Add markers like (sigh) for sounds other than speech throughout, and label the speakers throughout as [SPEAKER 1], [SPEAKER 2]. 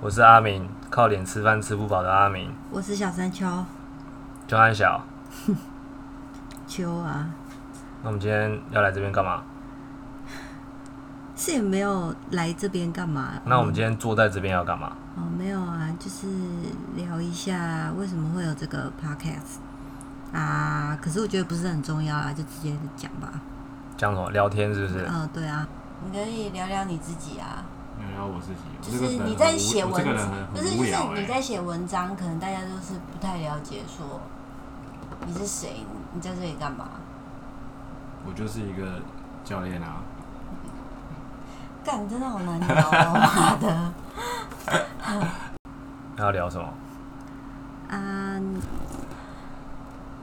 [SPEAKER 1] 我是阿明，靠脸吃饭吃不饱的阿明，
[SPEAKER 2] 我是小山丘
[SPEAKER 1] 邱安小。
[SPEAKER 2] 丘啊，
[SPEAKER 1] 那我们今天要来这边干嘛？
[SPEAKER 2] 是也没有来这边干嘛？
[SPEAKER 1] 那我们今天坐在这边要干嘛？
[SPEAKER 2] 哦没有啊，就是聊一下为什么会有这个 podcast 啊，可是我觉得不是很重要啊，就直接讲吧。
[SPEAKER 1] 讲什么？聊天是不是？
[SPEAKER 2] 嗯、对啊，你可以聊聊你自己啊，
[SPEAKER 3] 没有我自己，我
[SPEAKER 2] 就
[SPEAKER 3] 这个
[SPEAKER 2] 是
[SPEAKER 3] 人
[SPEAKER 2] 你
[SPEAKER 3] 很
[SPEAKER 2] 在
[SPEAKER 3] 无
[SPEAKER 2] 写
[SPEAKER 3] 我
[SPEAKER 2] 文
[SPEAKER 3] 这个
[SPEAKER 2] 字
[SPEAKER 3] 人很，
[SPEAKER 2] 不是
[SPEAKER 3] 很无
[SPEAKER 2] 就是
[SPEAKER 3] 聊哎、
[SPEAKER 2] 你在写文章，可能大家都是不太了解说你是谁，你在这里干嘛？
[SPEAKER 3] 我就是一个教练啊，
[SPEAKER 2] 干，真的好难聊
[SPEAKER 3] (laughs)
[SPEAKER 2] 哦，妈的。
[SPEAKER 1] 那要聊什么？
[SPEAKER 2] 啊，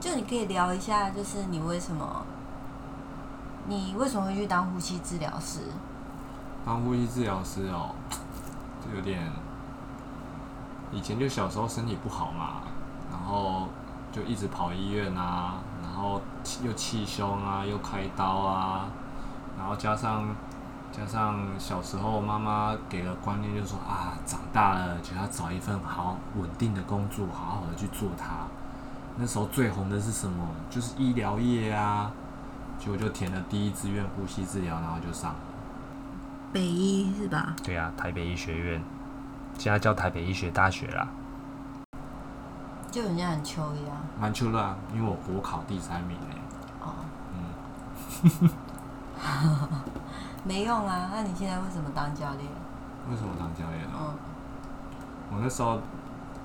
[SPEAKER 2] 就你可以聊一下，就是你为什么，你为什么会去当呼吸治疗师？
[SPEAKER 3] 当呼吸治疗师哦，这有点，以前就小时候身体不好嘛，然后就一直跑医院啊，然后气又气胸啊，又开刀啊，然后加上加上小时候妈妈给的观念就是说啊，长大了就要找一份好稳定的工作，好好的去做它。那时候最红的是什么？就是医疗业啊，结果就填了第一志愿呼吸治疗，然后就上了。
[SPEAKER 2] 北医是吧？
[SPEAKER 1] 对啊，台北医学院，现在叫台北医学大学啦。
[SPEAKER 2] 就人家很秋一样
[SPEAKER 3] 蛮秋的啊，因为我国考第三名哎、
[SPEAKER 2] 哦，
[SPEAKER 3] 嗯，
[SPEAKER 2] 没用啊。那你现在为什么当教练？
[SPEAKER 3] 为什么当教练哦？
[SPEAKER 2] 嗯，
[SPEAKER 3] 我那时候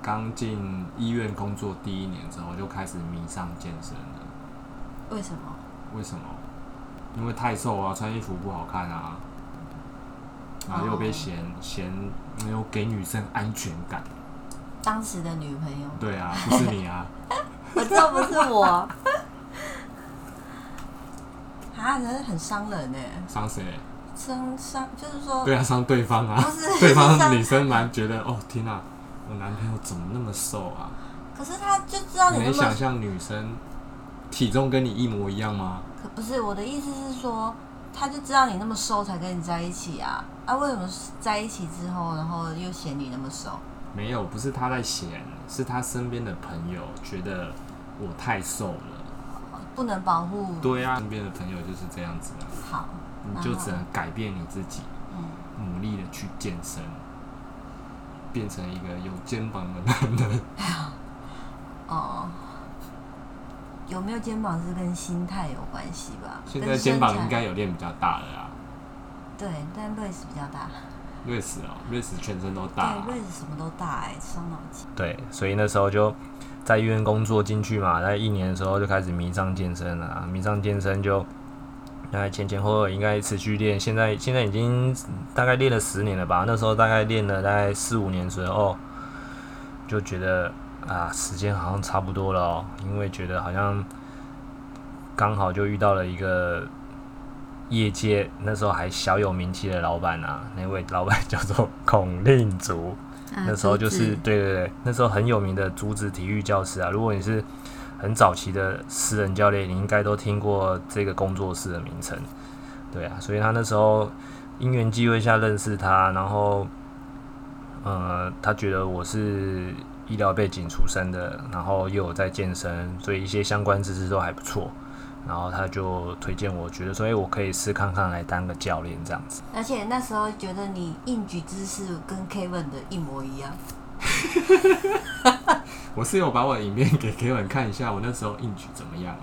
[SPEAKER 3] 刚进医院工作第一年之后，就开始迷上健身了。
[SPEAKER 2] 为什么？
[SPEAKER 3] 为什么？因为太瘦啊，穿衣服不好看啊，然后又被嫌、嫌没有给女生安全感。
[SPEAKER 2] 当时的女朋友？
[SPEAKER 3] 对啊，不是你啊，
[SPEAKER 2] 我知道不是我。 (laughs) 啊，人很伤人呢、欸
[SPEAKER 3] 伤谁？
[SPEAKER 2] 伤伤就是说，
[SPEAKER 3] 对啊，伤对方啊
[SPEAKER 2] 不是。
[SPEAKER 3] (laughs) 对
[SPEAKER 2] 伤
[SPEAKER 3] 方女生蛮觉得哦，天啊，我男朋友怎么那么瘦啊？
[SPEAKER 2] 可是他就知道你
[SPEAKER 3] 没
[SPEAKER 2] 那么
[SPEAKER 3] 想象女生体重跟你一模一样吗？
[SPEAKER 2] 可不是我的意思是说，他就知道你那么瘦才跟你在一起啊啊！为什么在一起之后，然后又嫌你那么瘦？
[SPEAKER 3] 没有，不是他在嫌，是他身边的朋友觉得我太瘦了。
[SPEAKER 2] 不能保护
[SPEAKER 3] 对啊，身边的朋友就是这样子啊，
[SPEAKER 2] 好，
[SPEAKER 3] 你就只能改变你自己，
[SPEAKER 2] 嗯，
[SPEAKER 3] 努力的去健身，变成一个有肩膀的 (laughs) 男人。
[SPEAKER 2] 哦，有没有肩膀是跟心态有关系吧？
[SPEAKER 3] 现在
[SPEAKER 2] 跟
[SPEAKER 3] 肩膀
[SPEAKER 2] 身材
[SPEAKER 3] 应该有练比较大了啊。
[SPEAKER 2] 对，但瑞士比较大，
[SPEAKER 3] 瑞士哦，瑞士全身都大、啊
[SPEAKER 2] 对，，瑞士什么都大哎、伤脑筋。
[SPEAKER 1] 对，所以那时候就在医院工作进去嘛，在一年的时候就开始迷上健身了啊、迷上健身就大概前前后后应该持续练，现在现在已经大概练了十年了吧，那时候大概练了大概四五年左右，就觉得啊时间好像差不多了哦，因为觉得好像刚好就遇到了一个。业界那时候还小有名气的老板啊，那位老板叫做孔令竹，
[SPEAKER 2] 啊
[SPEAKER 1] 那时候啊就是对对对，那时候很有名的竹子体育教师啊。如果你是很早期的私人教练，你应该都听过这个工作室的名称。对啊，所以他那时候因缘际会下认识他，然后呃，他觉得我是医疗背景出身的，然后又有在健身，所以一些相关知识都还不错。然后他就推荐我，觉得说，哎、我可以试看看来当个教练这样子。
[SPEAKER 2] 而且那时候觉得你硬举姿势跟 Kevin 的一模一样，
[SPEAKER 3] 我是有把我的影片给 Kevin 看一啊下，我那时候硬举怎么样了？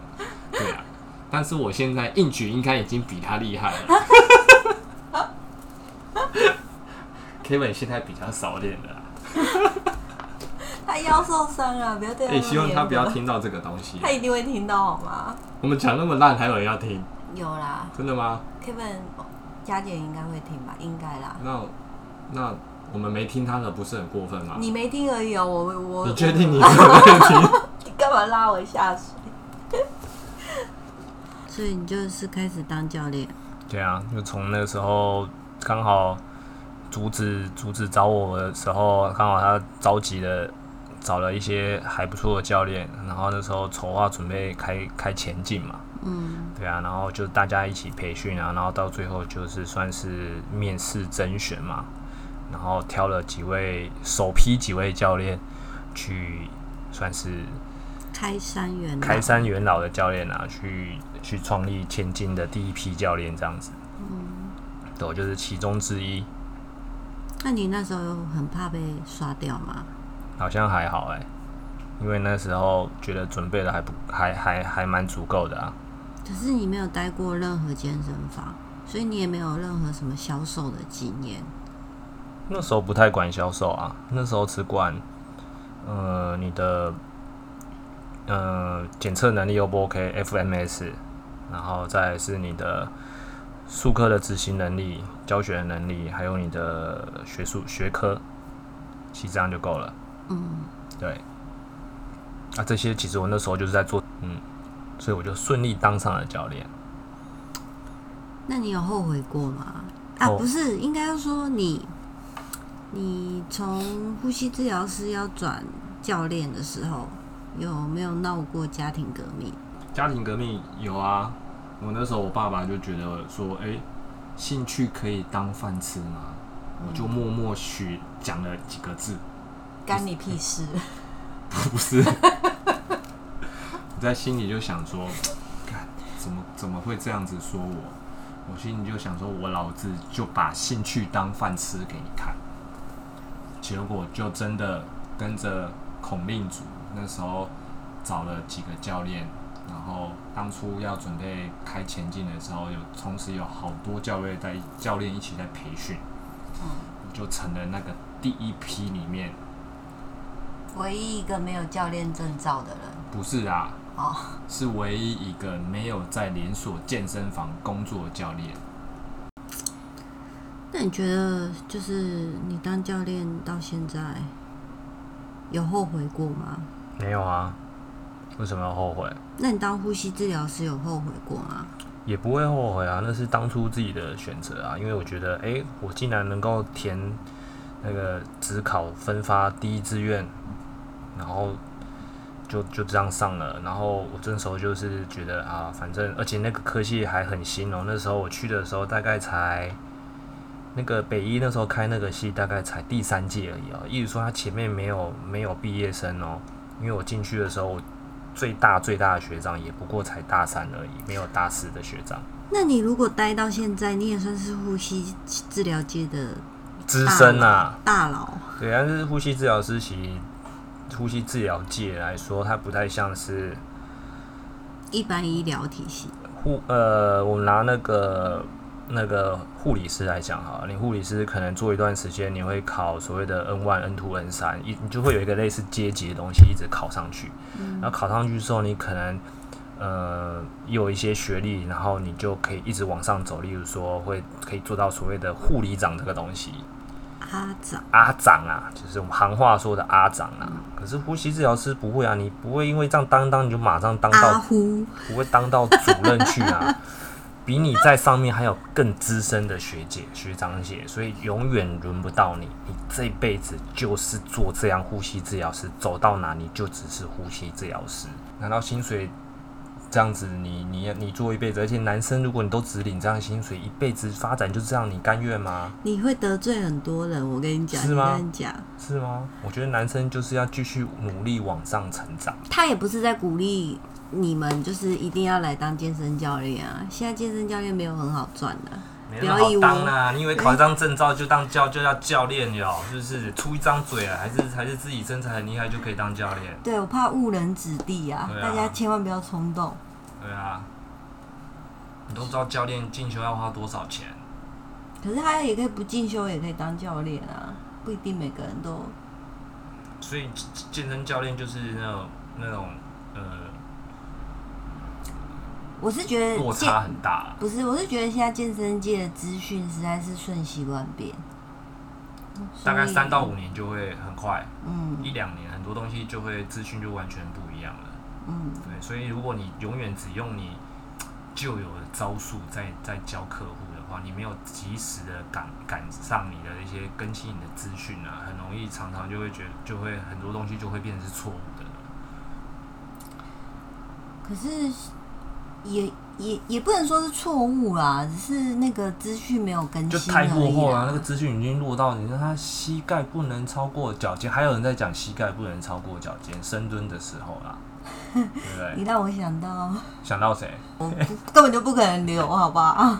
[SPEAKER 3] 对啊，但是我现在硬举应该已经比他厉 (laughs) 害了。Kevin 现在比较少练了啊，
[SPEAKER 2] 他腰受伤了，不要对他
[SPEAKER 3] 哎、
[SPEAKER 2] 那么
[SPEAKER 3] 希望他不
[SPEAKER 2] 严
[SPEAKER 3] 要
[SPEAKER 2] 格，
[SPEAKER 3] 听到这个东西
[SPEAKER 2] 他。一定会听到好吗？
[SPEAKER 3] 我们讲那么烂，还有人要听？
[SPEAKER 2] 有啦
[SPEAKER 3] 真的吗？
[SPEAKER 2] ，Kevin 佳姐应该会听吧？应该啦，
[SPEAKER 3] 那那我们没听他的，不是很过分吗？
[SPEAKER 2] 你没听而已哦。我我
[SPEAKER 3] 啊你 (laughs) 确定你
[SPEAKER 2] 我
[SPEAKER 3] 没有听？
[SPEAKER 2] 你干嘛拉我下水？ (laughs) 所以你就是开始当教练，
[SPEAKER 1] 对啊，就从那个时候刚好竹子竹子找我的时候，刚好他着急的找了一些还不错的教练，然后那时候筹划准备开开前进嘛，
[SPEAKER 2] 嗯，
[SPEAKER 1] 对啊，然后就大家一起培训啊，然后到最后就是算是面试甄选嘛，然后挑了几位首批几位教练去算是
[SPEAKER 2] 开山啊元
[SPEAKER 1] 开山元老的教练啊，去去创立前进的第一批教练这样子。
[SPEAKER 2] 嗯，
[SPEAKER 1] 对，我就是其中之一，
[SPEAKER 2] 那你那时候有很怕被刷掉吗？
[SPEAKER 1] 好像还好哎、因为那时候觉得准备的还不还还还蛮足够的啊。
[SPEAKER 2] 可是你没有待过任何健身房，所以你也没有任何什么销售的经验。
[SPEAKER 1] 那时候不太管销售啊，那时候只管，呃，你的，呃，检测能力 O 不 OK，FMS，然后再来是你的术科的执行能力、教学的能力，还有你的学术学科，其实这样就够了。
[SPEAKER 2] 嗯，
[SPEAKER 1] 对，啊，这些其实我那时候就是在做，嗯，所以我就顺利当上了教练。
[SPEAKER 2] 那你有后悔过吗？啊，
[SPEAKER 1] 后
[SPEAKER 2] 不是，应该说你，你从呼吸治疗师要转教练的时候，有没有闹过家庭革命？
[SPEAKER 3] 家庭革命有啊，我那时候我爸爸就觉得说，哎、兴趣可以当饭吃吗？我就默默许讲了几个字，
[SPEAKER 2] 干你屁事！
[SPEAKER 3] (laughs) 不是，我在心里就想说，干怎么怎么会这样子说我？我心里就想说，我老子就把兴趣当饭吃给你看。结果就真的跟着孔令祖那时候找了几个教练，然后当初要准备开前进的时候，有同时有好多教练在教练一起在培训，
[SPEAKER 2] 嗯，
[SPEAKER 3] 我就成了那个第一批里面
[SPEAKER 2] 唯一一个没有教练证照的人
[SPEAKER 3] 不是啊，
[SPEAKER 2] 哦。
[SPEAKER 3] 是唯一一个没有在连锁健身房工作的教练。
[SPEAKER 2] 那你觉得，就是你当教练到现在，有后悔过吗？
[SPEAKER 1] 没有啊，为什么要后悔？
[SPEAKER 2] 那你当呼吸治疗师有后悔过吗？
[SPEAKER 1] 也不会后悔啊，那是当初自己的选择啊。因为我觉得，诶，我竟然能够填那个职考分发第一志愿，然后就就这样上了。然后我这时候就是觉得啊，反正而且那个科系还很新哦。那时候我去的时候大概才那个北一那时候开那个系大概才第三届而已哦，意思说他前面没有没有毕业生哦。因为我进去的时候，我最大最大的学长也不过才大三而已，没有大四的学长，
[SPEAKER 2] 那你如果待到现在，你也算是呼吸治疗界的
[SPEAKER 1] 资深啊，
[SPEAKER 2] 大佬。
[SPEAKER 1] 对，但是呼吸治疗师其实呼吸治疗界来说，它不太像是
[SPEAKER 2] 一般医疗体系，
[SPEAKER 1] 护呃，我们拿那个那个护理师来讲哈，你护理师可能做一段时间，你会考所谓的 N one、N two、N 三，一你就会有一个类似阶级的东西一直考上去，然后考上去之后，你可能呃有一些学历，然后你就可以一直往上走，例如说会可以做到所谓的护理长这个东西，
[SPEAKER 2] 阿长
[SPEAKER 1] 阿长啊，就是我们行话说的阿长啊。可是呼吸治疗师不会啊，你不会因为这样当当你就马上当到
[SPEAKER 2] 阿呼，
[SPEAKER 1] 不会当到主任去啊， (laughs) 比你在上面还有更资深的学姐、学长姐，所以永远轮不到你。你这辈子就是做这样呼吸治疗师，走到哪你就只是呼吸治疗师。难道薪水这样子你，你你做一辈子？而且男生如果你都只领这样薪水，一辈子发展就这样，你甘愿吗？
[SPEAKER 2] 你会得罪很多人。我跟你讲，
[SPEAKER 1] 是吗
[SPEAKER 2] 我跟你讲，
[SPEAKER 1] 是吗？我觉得男生就是要继续努力往上成长。
[SPEAKER 2] 他也不是在鼓励你们，就是一定要来当健身教练啊。现在健身教练没有很好赚的，
[SPEAKER 1] 没
[SPEAKER 2] 不
[SPEAKER 1] 那么
[SPEAKER 2] 要
[SPEAKER 1] 好
[SPEAKER 2] 以为
[SPEAKER 1] 当啊！你以为考一张证照就当教就叫教练了，是不是？出一张嘴啊，还是还是自己身材很厉害就可以当教练？
[SPEAKER 2] 对我怕误人子弟啊，
[SPEAKER 1] 对啊
[SPEAKER 2] 大家千万不要冲动。
[SPEAKER 1] 对啊，你都知道教练进修要花多少钱，
[SPEAKER 2] 可是他也可以不进修，也可以当教练啊，不一定每个人都
[SPEAKER 1] 所以健健身教练就是那种那种呃
[SPEAKER 2] 我是觉得
[SPEAKER 1] 落
[SPEAKER 2] 健
[SPEAKER 1] 差很大。
[SPEAKER 2] 不是，我是觉得现在健身界的资讯实在是瞬息万变，
[SPEAKER 1] 大概
[SPEAKER 2] 所以
[SPEAKER 1] 三到五年就会很快，
[SPEAKER 2] 嗯
[SPEAKER 1] 一两年很多东西就会资讯就完全不一样了。
[SPEAKER 2] 嗯，
[SPEAKER 1] 对，所以如果你永远只用你旧有的招数在在教客户的话，你没有及时的赶赶上你的一些更新你的资讯啊，很容易常常就会觉得就会很多东西就会变成是错误的。
[SPEAKER 2] 可是也也也不能说是错误啦，只是那个资讯没有更
[SPEAKER 1] 就
[SPEAKER 2] 新而
[SPEAKER 1] 太落
[SPEAKER 2] 已啊
[SPEAKER 1] 后了、啊
[SPEAKER 2] 啦。
[SPEAKER 1] 那个资讯已经落到你看他膝盖不能超过脚尖，还有人在讲膝盖不能超过脚尖，深蹲的时候啦，对不对？
[SPEAKER 2] (laughs) 你让我想到，
[SPEAKER 1] 想到谁？
[SPEAKER 2] 根本就不可能留，好不好？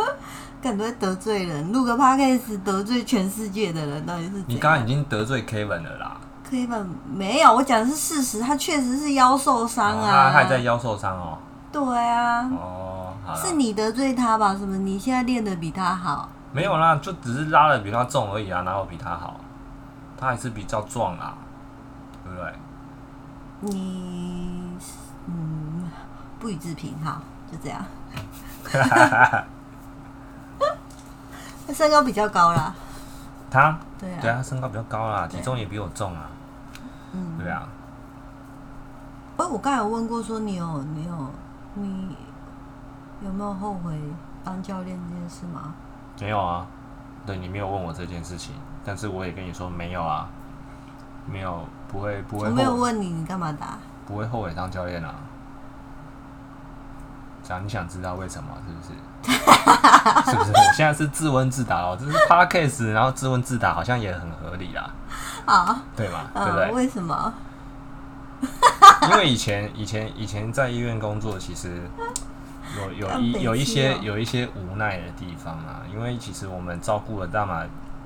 [SPEAKER 2] (laughs) 感觉得罪人，录个 podcast 得罪全世界的人，到底是怎样
[SPEAKER 1] 你刚刚已经得罪 Kevin 了啦，
[SPEAKER 2] Kevin 没有，我讲的是事实，他确实是腰受伤
[SPEAKER 1] 哦他
[SPEAKER 2] 啊。
[SPEAKER 1] 还在腰受伤哦。
[SPEAKER 2] 对啊，
[SPEAKER 1] 哦，好
[SPEAKER 2] 是
[SPEAKER 1] 了，
[SPEAKER 2] 你得罪他吧？什么？你现在练的比他好？
[SPEAKER 1] 没有啦，就只是拉的比他重而已啊，哪有比他好？他还是比较壮啊，对不对？
[SPEAKER 2] 你嗯，不予置评，好，就
[SPEAKER 1] (laughs)
[SPEAKER 2] 这样。他身高比较高啦，
[SPEAKER 1] 他
[SPEAKER 2] 对啊，
[SPEAKER 1] 对啊，他身高比较高啦，
[SPEAKER 2] 对
[SPEAKER 1] 体重也比我重啊，
[SPEAKER 2] 嗯，
[SPEAKER 1] 对啊。
[SPEAKER 2] 哎，我刚才有问过说你有你有你有没有后悔当教练这件事吗？
[SPEAKER 1] 没有啊，对你没有问我这件事情，但是我也跟你说没有啊，没有，不会不
[SPEAKER 2] 我
[SPEAKER 1] 会
[SPEAKER 2] 没有
[SPEAKER 1] 后
[SPEAKER 2] 问你，你干嘛打？
[SPEAKER 1] 不会后悔当教练啊。想你想知道为什么是不是？
[SPEAKER 2] (laughs)
[SPEAKER 1] 是不是？我现在是自问自答哦，这是 podcast，然后自问自答好像也很合理啦，
[SPEAKER 2] 啊，
[SPEAKER 1] (laughs) 对吧？对不
[SPEAKER 2] 呃，
[SPEAKER 1] 对？
[SPEAKER 2] 为什么？
[SPEAKER 1] (laughs) 因为以前以前以前在医院工作，其实有有
[SPEAKER 2] 干北
[SPEAKER 1] 一有一
[SPEAKER 2] 七
[SPEAKER 1] 些
[SPEAKER 2] 哦
[SPEAKER 1] 有一些无奈的地方啊，因为其实我们照顾了大马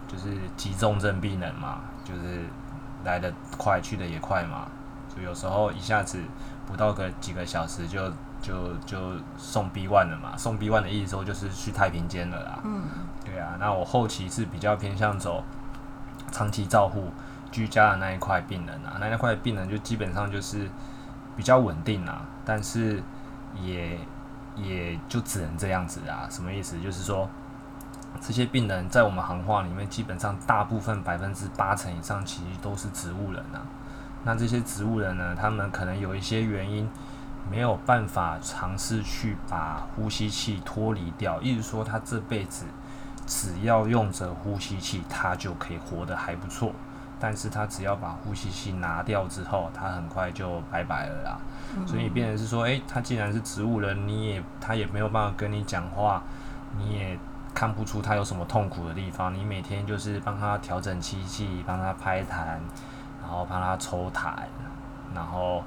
[SPEAKER 1] 就是急重症病人嘛，就是来的快去的也快嘛，所以有时候一下子不到个几个小时就就就送 B one 了嘛，送 B one 的意思说就是去太平间了啦，
[SPEAKER 2] 嗯
[SPEAKER 1] 对啊，那我后期是比较偏向走长期照护居家的那一块病人啊，那一块病人就基本上就是比较稳定啊，但是也也就只能这样子啊。什么意思？就是说这些病人在我们行话里面，基本上大部分百分之八成以上其实都是植物人啊。那这些植物人呢，他们可能有一些原因没有办法尝试去把呼吸器脱离掉，意思说他这辈子只要用着呼吸器，他就可以活得还不错。但是他只要把呼吸器拿掉之后，他很快就拜拜了啦。所以变成是说，诶、他既然是植物人，你也他也没有办法跟你讲话，你也看不出他有什么痛苦的地方。你每天就是帮他调整气息，帮他拍弹，然后帮他抽痰，然后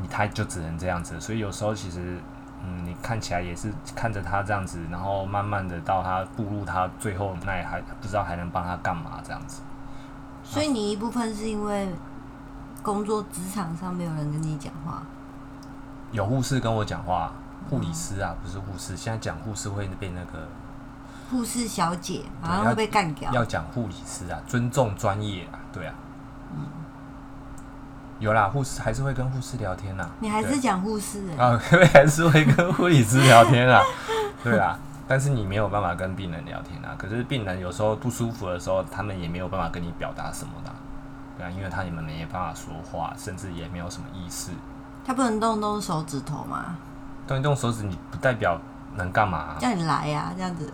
[SPEAKER 1] 你他就只能这样子。所以有时候其实，嗯，你看起来也是看着他这样子，然后慢慢的到他步入他最后那也还不知道还能帮他干嘛这样子。
[SPEAKER 2] 所以你一部分是因为工作职场上没有人跟你讲话，
[SPEAKER 1] 有护士跟我讲话，护理师啊，不是护士。现在讲护士会被那个
[SPEAKER 2] 护士小姐
[SPEAKER 1] 对
[SPEAKER 2] 马上会被干掉。
[SPEAKER 1] 要讲护理师啊，尊重专业啊，对啊。
[SPEAKER 2] 嗯
[SPEAKER 1] 有啦，护士还是会跟护士聊天啦、啊
[SPEAKER 2] 你还是
[SPEAKER 1] 对
[SPEAKER 2] 讲护士欸、
[SPEAKER 1] 啊， (laughs) 还是会跟护理师聊天啦、对啊。但是你没有办法跟病人聊天啊。可是病人有时候不舒服的时候，他们也没有办法跟你表达什么的啊、对啊，因为他们没办法说话，甚至也没有什么意识。
[SPEAKER 2] 他不能动动手指头吗？
[SPEAKER 1] 动一动手指，你不代表能干嘛啊、
[SPEAKER 2] 叫你来呀、这样子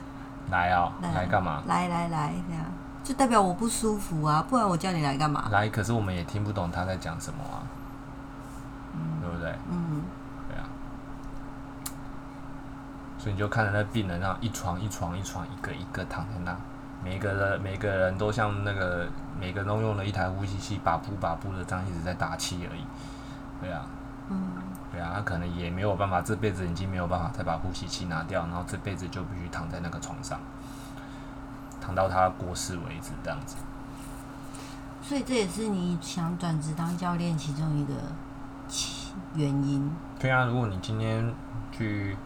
[SPEAKER 1] 来啊、
[SPEAKER 2] 来
[SPEAKER 1] 来干嘛？
[SPEAKER 2] 来来来，这样就代表我不舒服啊，不然我叫你来干嘛？
[SPEAKER 1] 来，可是我们也听不懂他在讲什么啊，对不对？
[SPEAKER 2] 嗯，
[SPEAKER 1] 对啊，所以你就看着那病人啊，一床一床一床，一个一个躺在那，每个人每个人都像那个每个人都用了一台呼吸器，把布把布的这样一直在打气而已。对啊，嗯，对啊，他可能也没有办法，这辈子已经没有办法再把呼吸器拿掉，然后这辈子就必须躺在那个床上，躺到他过世为止，这样子。
[SPEAKER 2] 所以这也是你想转职当教练其中一个起原因。
[SPEAKER 1] 对啊，如果你今天去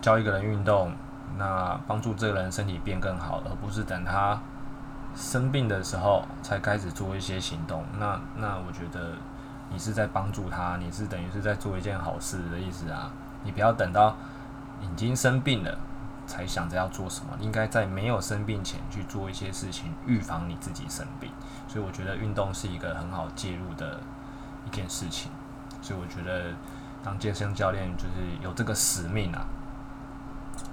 [SPEAKER 1] 教一个人运动，那帮助这个人身体变更好，而不是等他生病的时候才开始做一些行动，那那我觉得你是在帮助他，你是等于是在做一件好事的意思啊。你不要等到已经生病了才想着要做什么，你应该在没有生病前去做一些事情，预防你自己生病。所以我觉得运动是一个很好介入的一件事情，所以我觉得当健身教练就是有这个使命啊，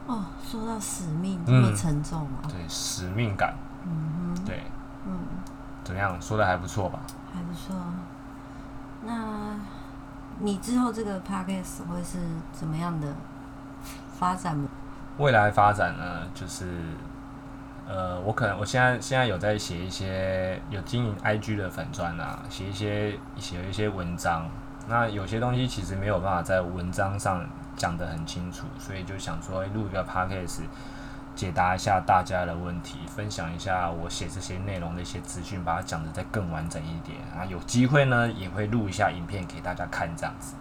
[SPEAKER 2] 哦，说到使命这么
[SPEAKER 1] 嗯
[SPEAKER 2] 沉重啊，
[SPEAKER 1] 对使命感，
[SPEAKER 2] 嗯哼，
[SPEAKER 1] 对，
[SPEAKER 2] 嗯，
[SPEAKER 1] 怎么样说的还不错吧？
[SPEAKER 2] 还不错。那你之后这个 podcast 会是怎么样的发展吗？
[SPEAKER 1] 未来发展呢，就是呃，我可能我现在现在有在写一些有经营 IG 的粉砖啊，写一些写一些文章。那有些东西其实没有办法在文章上讲得很清楚，所以就想说哎录一个 podcast，解答一下大家的问题，分享一下我写这些内容的一些资讯，把它讲得再更完整一点。啊，有机会呢也会录一下影片给大家看，这样子。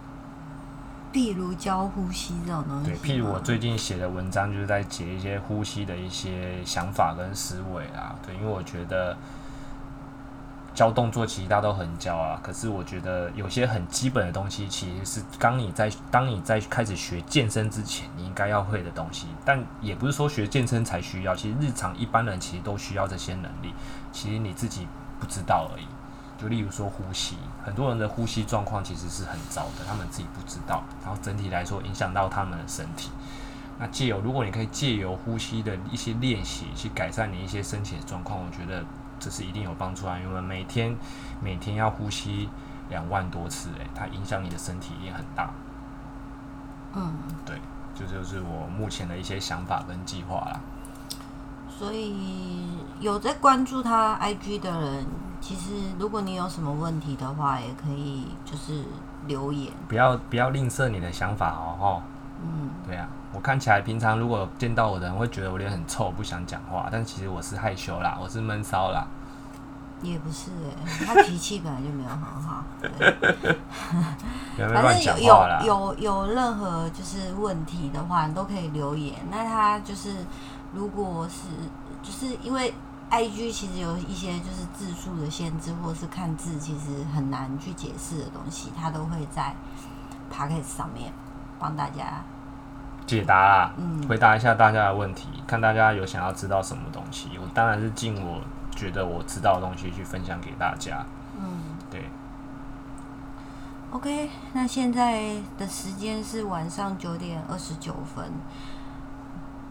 [SPEAKER 2] 譬如教呼吸这种东西
[SPEAKER 1] 对
[SPEAKER 2] 吗，，
[SPEAKER 1] 譬如我最近写的文章，就是在解一些呼吸的一些想法跟思维啊。对，因为我觉得教动作其实大家都很教啊，可是我觉得有些很基本的东西，其实是当你在当你在开始学健身之前，你应该要会的东西。但也不是说学健身才需要，其实日常一般人其实都需要这些能力，其实你自己不知道而已。就例如说呼吸，很多人的呼吸状况其实是很糟的，他们自己不知道，然后整体来说影响到他们的身体。那借由如果你可以借由呼吸的一些练习去改善你一些身体的状况，我觉得这是一定有帮助啊，因为每天每天要呼吸两万多次、诶，它影响你的身体一定很大。
[SPEAKER 2] 嗯，
[SPEAKER 1] 这就是我目前的一些想法跟计划啦。
[SPEAKER 2] 所以有在关注他 IG 的人，其实如果你有什么问题的话，也可以就是留言。
[SPEAKER 1] 不要不要吝啬你的想法哦，吼。
[SPEAKER 2] 嗯，
[SPEAKER 1] 对啊，我看起来平常如果见到我的人会觉得我脸很臭，不想讲话，但其实我是害羞啦，我是闷骚啦。
[SPEAKER 2] 也不是哎、他脾气本来就没
[SPEAKER 1] (laughs)
[SPEAKER 2] 有很好。对
[SPEAKER 1] 不要
[SPEAKER 2] 反
[SPEAKER 1] 乱
[SPEAKER 2] 正
[SPEAKER 1] 讲
[SPEAKER 2] 有
[SPEAKER 1] 话啦
[SPEAKER 2] 有。有有任何就是问题的话，你都可以留言。那他就是如果是就是因为 I G 其实有一些就是字数的限制，或是看字其实很难去解释的东西，他都会在 p o c k e t 上面帮大家。
[SPEAKER 1] 解答啦，
[SPEAKER 2] 嗯
[SPEAKER 1] 回答一下大家的问题，看大家有想要知道什么东西。我当然是尽我觉得我知道的东西去分享给大家。
[SPEAKER 2] 嗯
[SPEAKER 1] 对，
[SPEAKER 2] ，OK，那现在的时间是晚上九点二十九分，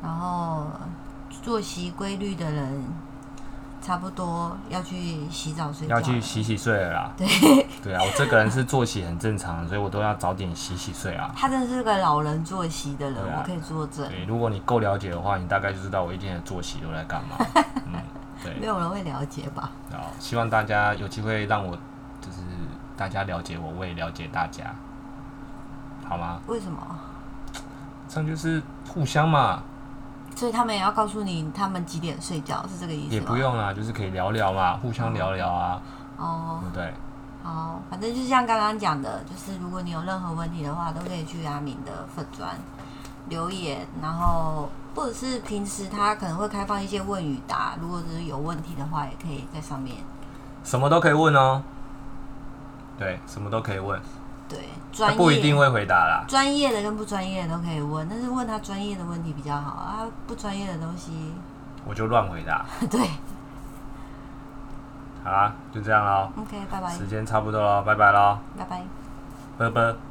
[SPEAKER 2] 然后作息规律的人。差不多要去洗澡睡觉了，
[SPEAKER 1] 要去洗洗睡了啦。对，对啊，我这个人是作息很正常，所以我都要早点洗洗睡啊。
[SPEAKER 2] 他真的是个老人作息的人，
[SPEAKER 1] 对啊
[SPEAKER 2] 我可以作证，
[SPEAKER 1] 对，如果你够了解的话，你大概就知道我一天的作息都在干嘛。嗯，对。
[SPEAKER 2] 没有人会了解吧？
[SPEAKER 1] 好，哦希望大家有机会让我，就是大家了解我，我也了解大家，好吗？
[SPEAKER 2] 为什么？
[SPEAKER 1] 这样就是互相嘛，
[SPEAKER 2] 所以他们也要告诉你他们几点睡觉，是这个意思吗？
[SPEAKER 1] 也不用啦，就是可以聊聊嘛，互相聊聊啊，对
[SPEAKER 2] 哦，
[SPEAKER 1] 不对？
[SPEAKER 2] 好，反正就像刚刚讲的，就是如果你有任何问题的话，都可以去阿敏的粉砖留言，然后或者是平时他可能会开放一些问与答，如果是有问题的话，也可以在上面
[SPEAKER 1] 什么都可以问哦，对，什么都可以问，
[SPEAKER 2] 对
[SPEAKER 1] 他
[SPEAKER 2] 专业
[SPEAKER 1] 不一定会回答啦。
[SPEAKER 2] 专业的跟不专业的都可以问，但是问他专业的问题比较好啊，不专业的东西， (laughs)
[SPEAKER 1] 我就乱回答。
[SPEAKER 2] 对
[SPEAKER 1] 好啦，就这样喽，
[SPEAKER 2] ，OK，拜拜，
[SPEAKER 1] 时间差不多喽，拜拜喽，
[SPEAKER 2] 拜拜。
[SPEAKER 1] 拜拜。